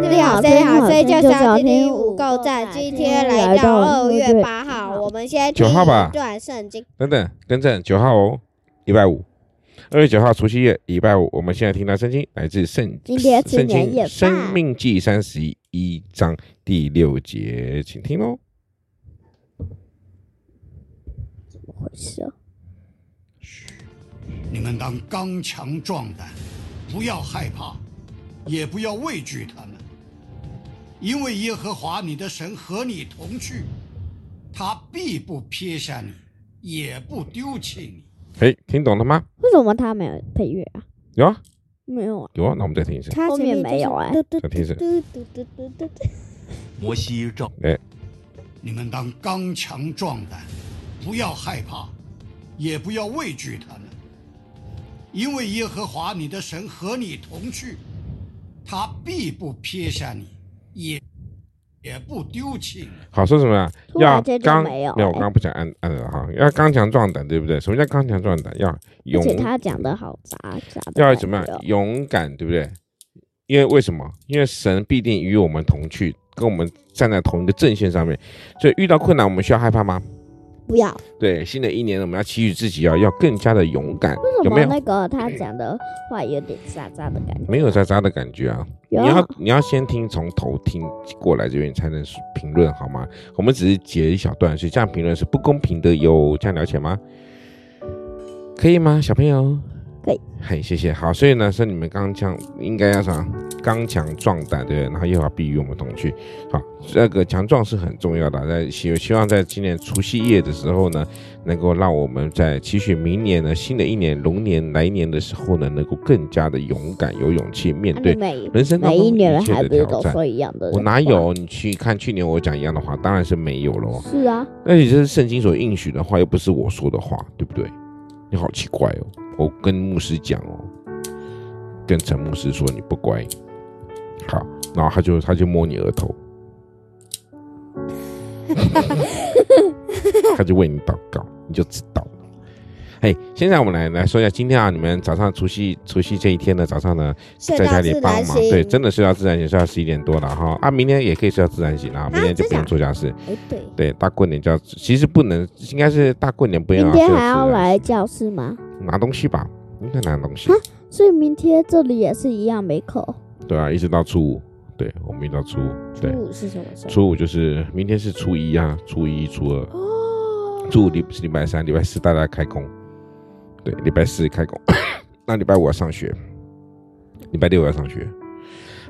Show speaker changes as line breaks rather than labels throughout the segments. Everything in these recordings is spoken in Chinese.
你好，大家好，这
这
里
里
就是
好
好
听
听
听
五
五
够
够
赞
赞。
今
今
天
天
来
来
到
到
二
二
月
月
八
八
号，
号
我们先
九
听
号吧
一段圣经。
等等，更正，九号哦，礼拜五，二月九号除夕夜，礼拜五。我们现在听到圣经来自圣
今天吃
圣经
年夜
《
饭
生命记》三十一章第六节，请听哦喽。
你们当刚强壮胆，不要害怕，也不要畏惧他们，因为耶和华你的神和你同去，他必不撇下你，也不丢弃你。
哎，听懂了吗？
为什么他没有配乐啊？
有啊，
没有啊，
有啊，那我们再听一次。
他
后
前
面
面
没
没
有
有
哎
哎、
再听一次。
摩西照
哎，
你们当刚强壮胆，不要害怕，也不要畏惧他们，因为耶和华你的神和你同去，他必不撇下你，也也不丢弃你。
好，说什么啊？
突
要
然间就
刚
没有
没有，我
哎
刚刚不想按按了哈。要刚强壮胆，对不对？什么叫刚强壮胆？要
而
勇
且他讲的好杂杂的。
要怎么样？勇敢，对不对？因为为什么？因为神必定与我们同去，跟我们站在同一个阵线上面。所以遇到困难，我们需要害怕吗？
不要，
对，新的一年我们要期许自己啊，要更加的勇敢，
为什
有没
么
有？
那个他讲的话有点杂杂的感觉？
没有渣渣的感觉啊！你
有
要你要先听从头听过来这边，你才能评论好吗？我们只是截一小段，所以这样评论是不公平的哟。这样了解吗？可以吗，小朋友？
可以。
嘿，谢谢。好，所以呢，是你们刚强，应该要啥？刚强壮胆，对不对？然后耶和华必与我们同去。好，这个强壮是很重要的啊。在希希望在今年除夕夜的时候呢，能够让我们在期许明年呢，新的一年龙年来年的时候呢，能够更加的勇敢、有勇气面
啊
对
你每
人生当
每
中
一年
一切
还
的
不是
挑
都
战。
说一样的？
我哪？有？你去看去年我讲一样的话，当然是没有喽。
是啊，
那你这是圣经所应许的话，又不是我说的话，对不对？你好奇怪哦！我跟牧师讲哦，跟陈牧师说你不乖，好，然后他就他就摸你额 头，他就为你祷告，你就知道了。哎，现在我们来来说一下，今天啊，你们早上除夕除夕这一天呢，早上呢
睡
在
到
家
自
里
然
帮忙，
醒。
对，真的睡到自然醒，睡到十一点多了哈。啊，明天也可以睡到自然醒啊啦，明天
啊
就不用做家事。
哎，对，
对，大过年就要，其实不能，应该啊是大过年不要
明
让
天
孩子
还要
吃
来教室吗？
拿东西吧，应该拿东西。
啊所以明天这里也是一样没课。
对啊，一直到初五，对，我们一直到初五，
初
对，
五是什么时候？
初五就是明天是初一啊，初一、初二，
哦，
初五礼是礼拜三、礼拜四大家开工，对，礼拜四开工，那礼拜五要上学，礼拜六要上学。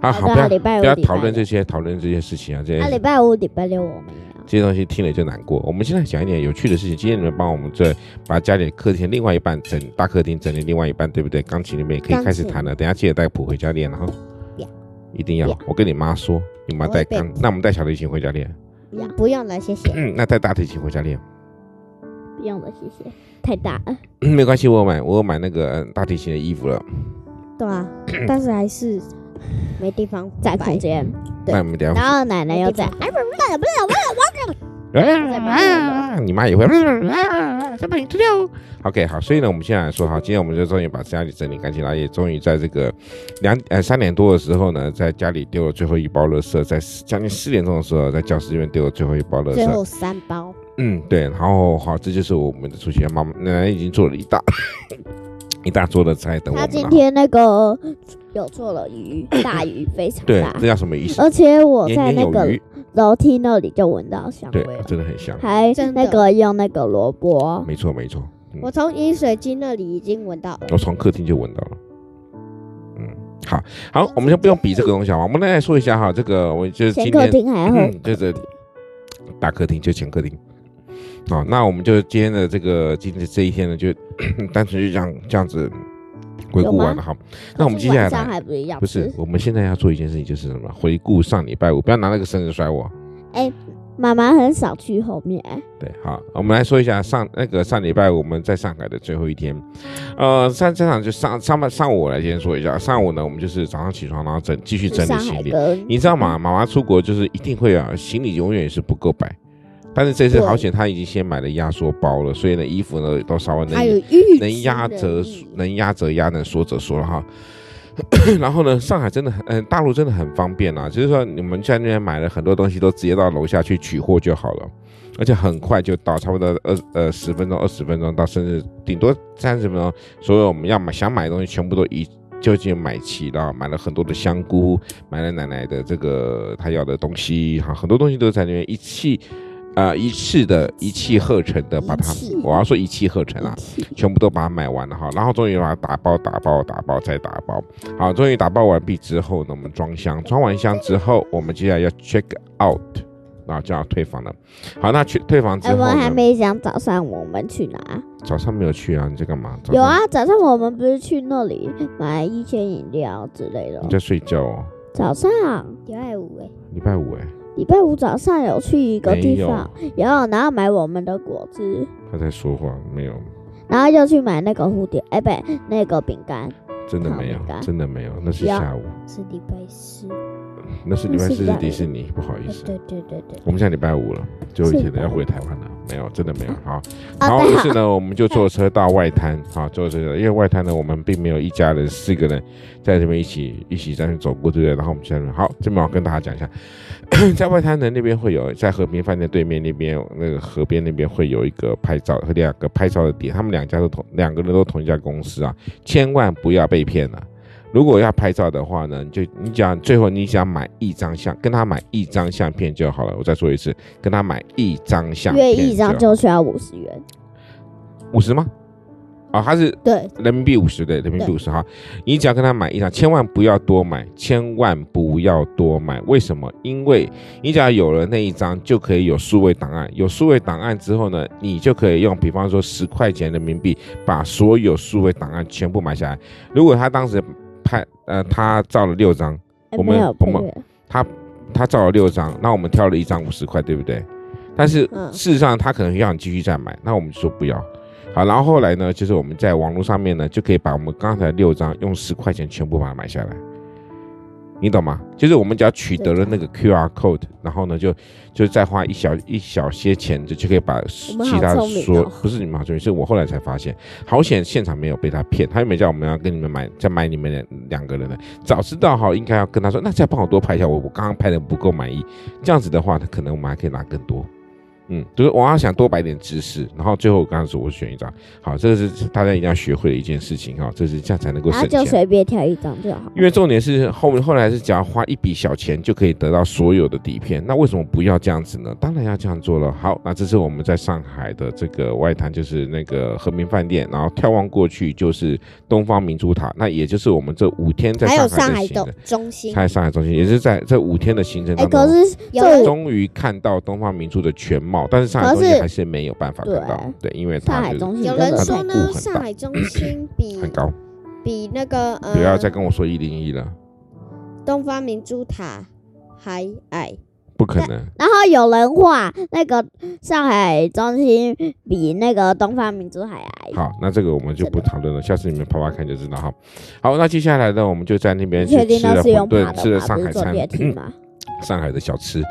啊，好，不
的，
要
礼拜五
不要
礼拜
讨论这
六
些，讨论这些事情啊，这
啊，
些
礼拜五、礼拜六我们也要。
这些东西听了就难过。我们现在讲一点有趣的事情。今天你们帮我们这把家里的客厅另外一半整大客厅整理另外一半，对不对？钢琴里面也可以开始弹了。等一下记得带谱回家练了哈
不要。
一定要
不要！
我跟你妈说，你妈
我会
带
被
钢，那我们带小提琴回家练，
不要不用了，谢谢。
嗯，那带大提琴回家练，
不用了，谢谢。太大了，
嗯没关系，我有买，我有买那个呃大提琴的衣服了。
对 啊，但是还是没地方
在
摆
空间。
对
那我们等一下
然后奶奶又在，
哎，不是不是不是，
啊，你妈也会，啊再把你吃掉哦。OK，好，所以呢，我们现在来说哈，今天我们就终于把家里整理干净了，也终于在这个两呃三点多的时候呢，在家里丢了最后一包垃圾，在四将近四点钟的时候，在教室这边丢了最后一包垃
最
圾。
后三包，
嗯，对，然后好，这就是我们的出去，妈妈奶奶已经做了一大一大桌的菜等我
他
们
今
了。
天那个有做了鱼，大鱼非常
对
大，
这，叫什么仪式？
而且我
年
在
年
那
有
个
余，
楼梯那里就闻到香
对
味，了，
真的很香。
还
真的
那个用那个萝卜，
没错，没错。嗯
我从饮水机那里已经闻到了。
我从客厅就闻到了。嗯，好好，我们先不用比这个东西好吗？我们来说一下哈，这个我就是
前
今
客
天
厅还好，
嗯就是大客厅就前客厅。哦 好，那我们就今天的这个今天这一天呢，就单纯就这样这样子回顾
有吗
完了哈。那我们接下
晚上
来
还不一样，
不是，我们现在要做一件事情，就是什么？回顾上礼拜五，不要拿那个绳子甩我。
妈妈很少去后面，
对，好，我们来说一下上那个上礼拜我们在上海的最后一天，呃，上这场就上上半上午我来先说一下，上午呢我们就是早上起床，然后整继续
去
整理
上
行
海
李，
跟
你知道吗？妈妈出国就是一定会啊，行李永远也是不够摆，但是这次
对
好险她已经先买了压缩包了，所以呢衣服呢都稍微能
还有预
能压则
知能力
能压则压，能缩则缩了哈。 然后呢，上海真的很，嗯、大陆真的很方便啊，就是说你们在那边买了很多东西，都直接到楼下去取货就好了，而且很快就到，差不多二呃十分钟、二十分钟到，甚至顶多三十分钟，所有我们要买想买的东西全部都一。就近买齐了，买了很多的香菇，买了奶奶的这个她要的东西，哈，很多东西都在那边一气，啊一次的一气呵成的把它
一气，
我要说一气呵成啊，
哎
全部都把它买完了哈，然后终于把它打包、打包、打包再打包，好，终于打包完毕之后呢，我们装箱，装完箱之后，我们接下来要 check out，然后就要退房了。好，那去退房之
哎，
后
我还
呢？
没讲早上我们去哪？
早上没有去啊？你在干嘛？早
有，
上
啊，早上我们不是去那里买一圈饮料之类的
你。在睡觉哦。
早上
礼拜五哎，
礼拜五哎，
礼拜五早上有去一个
没
地
有，
方，然后然后买我们的果汁，
他在说话，没有，
然后又去买那个蝴蝶，哎，不，那个饼干。
真的没有
好没，干
真的没有，那是
Oh 有
下午，
是礼拜四。
那是礼拜四
那是礼
是
拜
迪士尼，不好意
哎
思，
对对对对，
我们现在礼拜五了，最后一天
是
了，
吧
要回台湾了。没有，真的没有。好，
啊
然后
对
于
啊
是呢，我们就坐车到外滩， 好，坐车，因为外滩呢，我们并没有一家人四个人在这边一起一起在那走过，对不对？然后我们在那边，好，这边我跟大家讲一下， 在外滩呢那边会有，在和平饭店对面那边那个河边那边会有一个拍照和两个拍照的点，他们两家都同两个人都同一家公司啊，千万不要被骗了。如果要拍照的话呢，你就你只要最后你只要买一张相，跟他买一张相片就好了。我再说一次，跟他买一张相片好，
约一张就需要五十元，
五十吗？啊、他是
对，
人民币五十对，人民币
对
五十哈。你只要跟他买一张，千万不要多买，千万不要多买。为什么？因为你只要有了那一张，就可以有数位档案。有数位档案之后呢，你就可以用，比方说十块钱人民币，把所有数位档案全部买下来。如果他当时拍，呃，他照了六张，
哎
我们
没有
我
配
们
乐，
他照了六张，那我们挑了一张五十块，对不对？但是
嗯
事实上他可能要你继续再买，那我们就说不要。好，然后后来呢，就是我们在网络上面呢，就可以把我们刚才六张用十块钱全部把它买下来，你懂吗？就是我们只要取得了那个 QR code，然后呢，就就再花一小一小些钱，就就可以把
们
其
好
他
聪明
所、
哦
不是你们好聪明，是我后来才发现，好险现场没有被他骗，他又没叫我们要跟你们买再买你们两两个人的，早知道哈，应该要跟他说，那再帮我多拍一下，我我刚刚拍的不够满意，这样子的话，他可能我们还可以拿更多。嗯，就是我要想多摆点知识，然后最后我刚刚说我选一张，好，这个是大家一定要学会的一件事情哈，这是这样才能够
然后
省
就
钱。
随便挑一张就好。
因为重点是后面后来是只要花一笔小钱就可以得到所有的底片，那为什么不要这样子呢？当然要这样做了。好，那这是我们在上海的这个外滩，就是那个和平饭店，然后眺望过去就是东方明珠塔，那也就是我们这五天在
还有
上
上
海
海
的行
的
程，
中心
在上海中心，也是在这五天的行程
哎，
当中。
可是
有
这
终于看到东方明珠的全貌，但是上海
可是
东西还是没有办法看到，对，因为
上
它
海
就是
中心
有
真
人
的
说
它的
呢，
雾很大
上海中心比
很高。
比那个呃
不要再跟我说一零一了，
东方明珠塔还矮。
不可能。
然后有人画那个上海中心比那个东方明珠还矮，
好，那这个我们就不讨论了，下次你们爬爬看就知道哈。好，那接下来呢，我们就在那边
你
去
确定
吃了
那是
馄
用爬
饨，吃
的
了
吗？
上
不
海
是坐
餐，嗯
电梯吗？
上海的小吃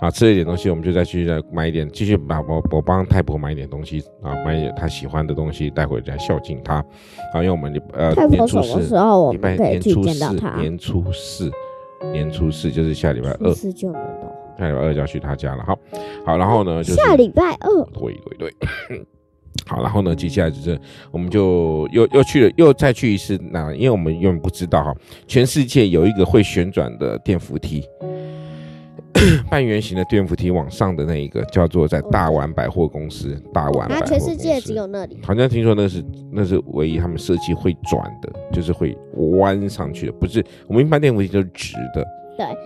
啊，吃了一点东西，我们就再去再买一点，继续把我我帮太婆买一点东西啊，买一点她喜欢的东西带回家孝敬她啊，因为我们礼呃
泰
年
国什
初
么时
四，
候我
礼拜
们可以
年
去
初
见
四
到他，？
年初四，年初四就是下礼拜二
不，是就能懂。
下礼拜二就要去他家了哈。好，然后呢，就是
下礼拜二
对对对。 好，然后呢，接下来就是我们就又又去了，又再去一次那，因为我们永远不知道哈，全世界有一个会旋转的电扶梯， 半圆形的电扶梯往上的那一个叫做在大丸百货公司，大丸百货
啊，
公司，
全世界只有那里。
好像听说那是那是唯一他们设计会转的，就是会弯上去的，不是我们一般电扶梯都是直的，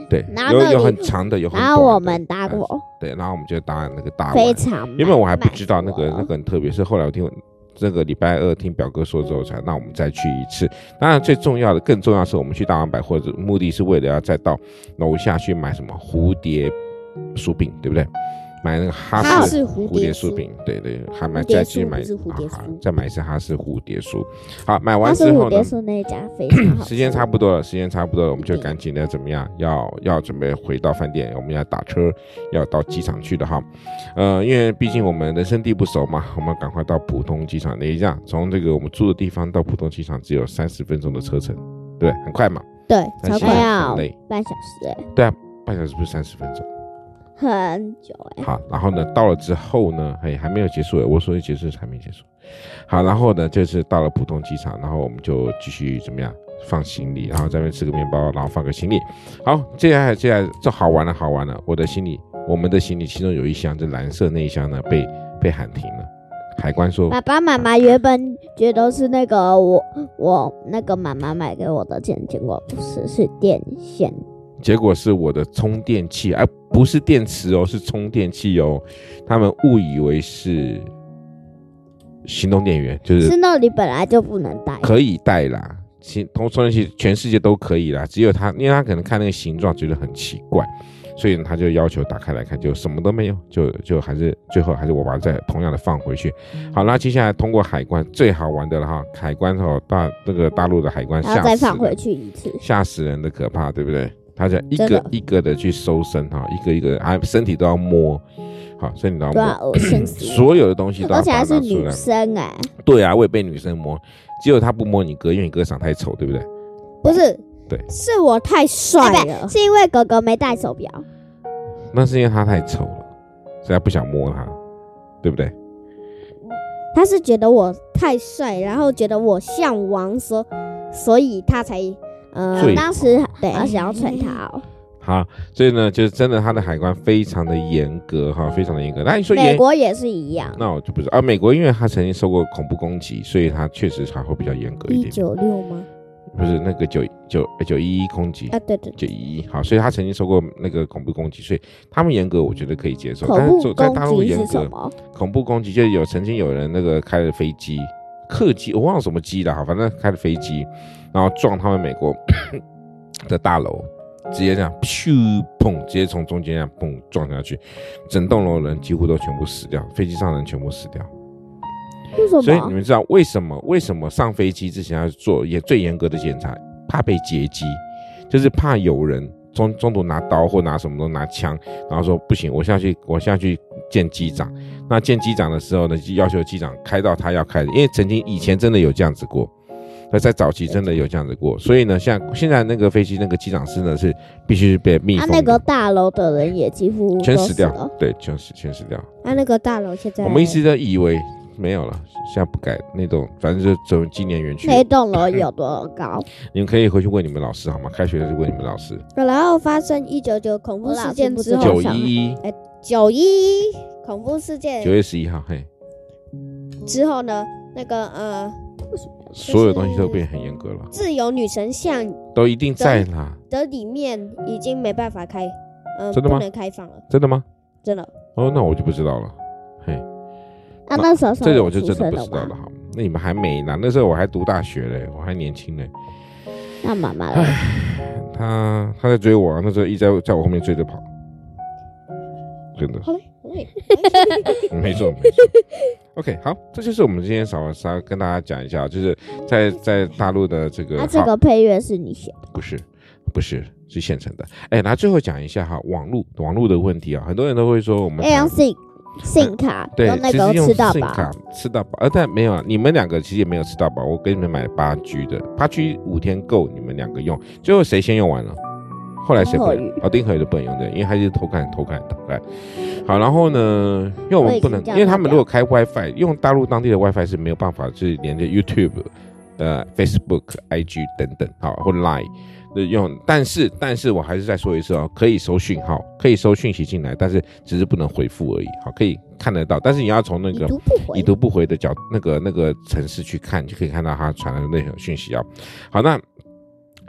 对，
对
然，后那
有
里
有很长的，有很
然
短
后我
的
们搭过，
对，然后我们就搭那个大丸
非常
啊原本我还不知道
慢
那
慢过
啊
个那个很特别，是后来我听我这个礼拜二听表哥说之后才，那我们再去一次。当然，最重要的、更重要的是，我们去大王百货的目的是为了要再到楼下去买什么蝴蝶酥饼，对不对？买那个哈
哈
士
士蝴
蝴蝶
蝶
酥
酥
饼，对对，还买
蝴蝶
再去
酥
买
不是蝴蝶
啊
酥
再买一次哈士蝴蝶酥。好，买
他
完
是
之
蝴
后呢
蝶，酥那一家非常好吃，
时间差不多
嗯
了，时间差不多了，我们就
对
赶紧的怎么样？要要准备回到饭店，我们要打车，要到机场去的哈。呃，因为毕竟我们人生地不熟嘛，我们赶快到浦东机场。等一下，从这个我们住的地方到浦东机场只有三十分钟的车程，对不对，很快嘛，
对，
但
超
是
快
很
要
累，
半小时哎、
半小时不是三十分钟。
很久哎、
好，然后呢，到了之后呢，哎，还没有结束耶，我说结束还没结束。好，然后呢，就是到了浦东机场，然后我们就继续怎么样放行李，然后在那边吃个面包，然后放个行李。好，接下来接下来这好玩了，好玩了，我的行李，我们的行李其中有一箱，这蓝色那一箱呢被被喊停了，海关说
爸爸妈妈原本觉得是那个我我那个妈妈买给我的钱，结果不是，是电线。
结果是我的充电器，而、不是电池哦，是充电器哦。他们误以为是行动电源，就是
是那里本来就不能带，
可以带啦，其同充电器全世界都可以啦，只有他，因为他可能看那个形状觉得很奇怪，所以呢他就要求打开来看，就什么都没有，就就还是最后还是我把它再同样的放回去。
嗯
好，那接下来通过海关最好玩的了哈，海关哦大那个大陆的海关
然后
吓
再
死
放
人
回，去一次。
吓死人的可怕，对不对？他就一
真
个
的
一个的去搜身哈，一个一个还身体都要摸，好身体都要
对啊
摸，，
恶心死我！
所有的东西都要
而且
把它
还
拿
是
出
女
来。
生哎、
对啊，我也被女生摸，只有她不摸你哥，因为你哥长太丑，对不对？
不是，
对
是我太帅
哎不
了，是因为哥哥没戴手表。
那是因为她太丑了，所以她不想摸他，对不对？
他是觉得我太帅，然后觉得我像王，所所以他才
嗯
呃
最
当时
哎
对，
他想要踹他哦。
好，所以呢，就是真的，她的海关非常的严格哈，非常的严格。那你说
美
严，
国也是一样。
那我就不知道啊。美国因为她曾经受过恐怖攻击，所以她确实还会比较严格一
一
点。
九六吗？
不是那个九九哎九一一攻击，
呃
啊，对对，
九一一好，所以她曾经受过那个恐怖攻击，所以他们严格，我觉得可以接受。
恐
但
怖
是走在大
攻
陆
击
严
是
格
什，么？
恐怖攻击，就是有曾经有人那个开了飞机，客机我忘了什么机了哈，反正开了飞机，然后撞他们美国 的大楼，直接这样咻砰，直接从中间这样砰撞下去，整栋楼的人几乎都全部死掉，飞机上的人全部死掉。
为什
所以哎你
么？
们知道为什么为什么上飞机之前要做也最严格的检查，怕被劫机，就是怕有人中中途拿刀或拿什么东西拿枪，然后说不行，我下去我下去见机长。那见机长的时候呢，就要求机长开到他要开的，因为曾经以前真的有这样子过。那在早期真的有这样子过，所以呢，像现在那个飞机那个机长室呢是必须被密
他、
封的，
啊那个大楼的人也几乎
全
都
死掉
了，
对，全死全死掉。
啊，那个大楼现在
我们一直都以为没有了，现在不改那种，反正就走纪念园区。
那一栋楼有多高？
你们可以回去问你们老师好吗？开学的时候问你们老师。
然后发生一九九恐怖
我老
事
是
件
不
之
知
后
九
道
上，
一一
哎
九一一恐怖事
九
件
月十一号，嘿，
之后呢，那个呃
所有东西都变很严格了，
自由女神像
都一定在啦，
的里面已经没办法开，嗯、
真的吗
不能开放了，
真的吗？
真的。
哦，那我就不知道了，嘿，
那那时候是
这个我就
出生
真的不知道
吗
了，好，那你们还没呢，那时候我还读大学嘞，我还年轻嘞。
那妈妈嘞
他他在追我，啊那时候一直在在我后面追着跑，真的。
好嘞，好嘞，
没错，没 错。OK，好，这就是我们今天少少跟大家讲一下，就是在
哎
在大陆的这个
那、
好
啊这个配乐是你写的？
不是不是是现成的。哎，那最后讲一下哈，网络网络的问题啊，很多人都会说我们
哎要
台
用 SIM SIM 卡，
嗯对
用，那
其实
个
用
吃到
SIM
饱
卡，吃到饱，呃，但没有啊，你们两个其实也没有吃到饱，我给你们买八 G 的，八 G 五天够你们两个用，最后谁先用完了？后来谁不能
丁可宇？
哦，丁可宇都不能用对，因为他是偷看、偷看、偷看。好，然后呢，因为我
我
们
已
不
经
能，
叫
因为他
他
们
不
如
要
果开 WiFi，用大陆当地的 WiFi 是没有办法去连接 YouTube、呃 Facebook、IG 等等，好或 Line 的用。但是，但是我还是再说一次哦，可以收讯号，可以收讯息进来，但是只是不能回复而已，好，可以看得到，但是你要从那
已
个
读不
已
回。
读不回的角那个那个城市去看，就可以看到他传来的那条讯息啊。好，那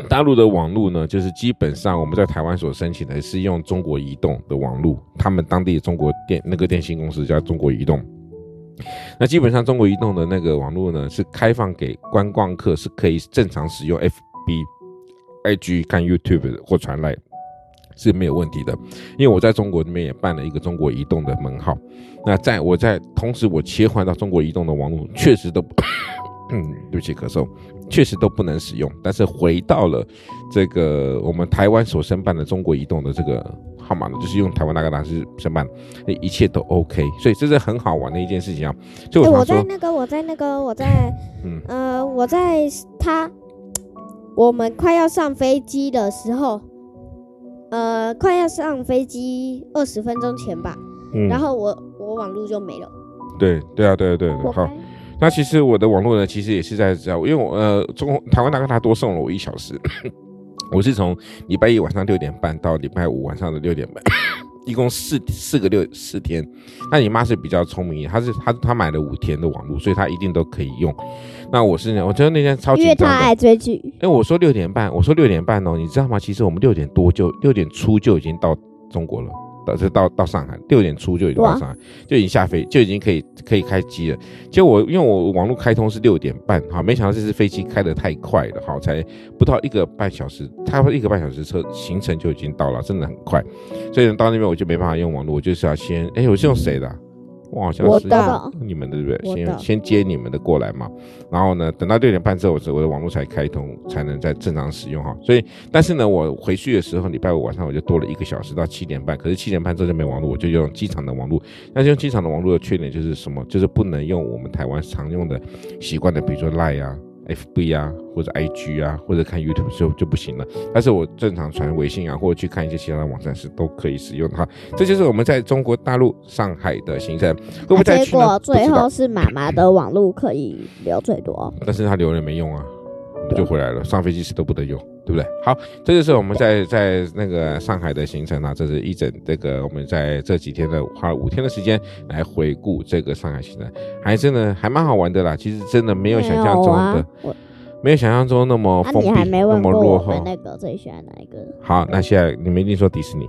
大陆的网络呢，就是基本上我们在台湾所申请的是用中国移动的网络，他们当地中国电那个电信公司叫中国移动。那基本上中国移动的那个网络呢是开放给观光客，是可以正常使用 FB、IG 看 YouTube 或传来是没有问题的。因为我在中国那边也办了一个中国移动的门号，那在我在同时我切换到中国移动的网络，确实都不。 嗯，对不起，咳嗽，确实都不能使用。但是回到了这个我们台湾所申办的中国移动的这个号码呢，就是用台湾那个大师申办，那一切都 OK。所以这是很好玩的一件事情啊。所以
哎，
我
我
常
在
说，
那个，我在那个，我在，
嗯
呃，我在他，我们快要上飞机的时候，呃，快要上飞机二十分钟前吧，
嗯
然后我我网络就没了。
对对啊，对对对，好。那其实我的网络呢，其实也是在这样，因为我呃，中台湾大哥他多送了我一小时， 我是从礼拜一晚上六点半到礼拜五晚上的六点半， 一共四四个六四天。那你妈是比较聪明，她是她她买了五天的网络，所以她一定都可以用。那我是呢，我觉得那天超
因
紧
为
张
他
的。
爱追剧，
哎，我说六点半，我说六点半哦，你知道吗？其实我们六点多就六点初就已经到中国了，到这到到上海，六点初就已经到
哇
上海，就已经下飞，就已经可以可以开机了。结果我因为我网络开通是六点半，哈，没想到这次飞机开得太快了，好，才不到一个半小时，差不多一个半小时车行程就已经到了，真的很快。所以呢，到那边我就没办法用网络，我就是要先，哎，我是用谁的啊、我好像
我
是
的
你们的对不
我
对？
的
先先接你们的过来嘛，然后呢，等到六点半之后，我的我的网络才开通，才能再正常使用哈。所以，但是呢，我回去的时候，礼拜五晚上我就多了一个小时到七点半，可是七点半之后就没网络，我就用机场的网络。但是用机场的网络的缺点就是什么？就是不能用我们台湾常用的习惯的，比如说 Line 啊。FB 啊，或者 IG 啊，或者看 YouTube 就就不行了。但是我正常传微信啊，或者去看一些其他的网站是都可以使用的哈。这就是我们在中国大陆上海的行程，会不会再
啊结
去呢？
果
不
最
知道哦
后是妈妈的网路可以留最多。
但是他留了没用啊，
对
就回来了，上飞机时都不得用，对不对？好，这就是我们在在那个上海的行程啊，这是一整这个我们在这几天的花了五天的时间来回顾这个上海行程，还真的还蛮好玩的啦。其实真的没有想象中的，
啊，我
没有想象中那么
啊
封
你
闭，
还没
那
问
么
过
落
我
后
们。那个最喜欢哪一个？
好，那现在你们一定说迪士尼，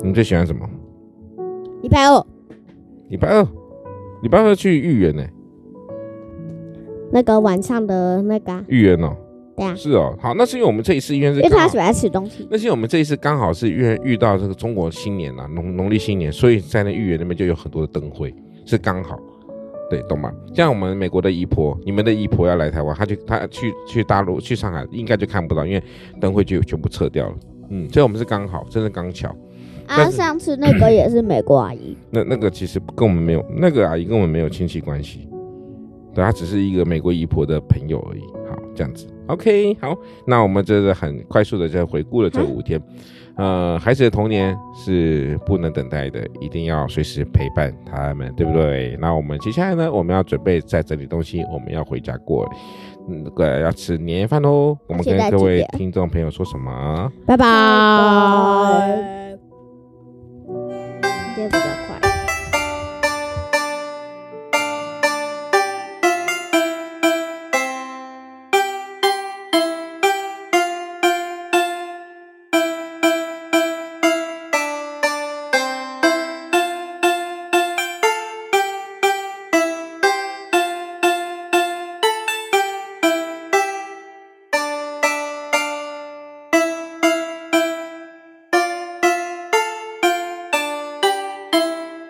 你们最喜欢什么？
礼拜二
礼拜二，礼拜二去豫园呢、
那个晚上的那个啊、
豫园哦，
对啊
是哦，好，那是因为我们这一次因为是
因为
刚
他
好
喜欢吃东西。
那是因为我们这一次刚好是遇遇到这个中国新年啦、农农历新年，所以在那豫园那边就有很多的灯会，是刚好，对，懂吗？像我们美国的姨婆，你们的姨婆要来台湾，她就她去去大陆去上海，应该就看不到，因为灯会就全部撤掉了。嗯，所以我们是刚好，真的刚巧。但
啊，
是
上次那个也是美国阿姨，
那那个其实跟我们没有，那个阿姨跟我们没有亲戚关系，对，她只是一个美国姨婆的朋友而已。好，这样子，OK，好，那我们这是很快速的在回顾了这
嗯
五天。呃，孩子的童年是不能等待的，一定要随时陪伴他们，对不对？那我们接下来呢，我们要准备再整理东西，我们要回家过，嗯，呃，要吃年夜饭喽。我们
现
跟
在
各
几
位
点
听众朋友说什么？
拜拜。
拜拜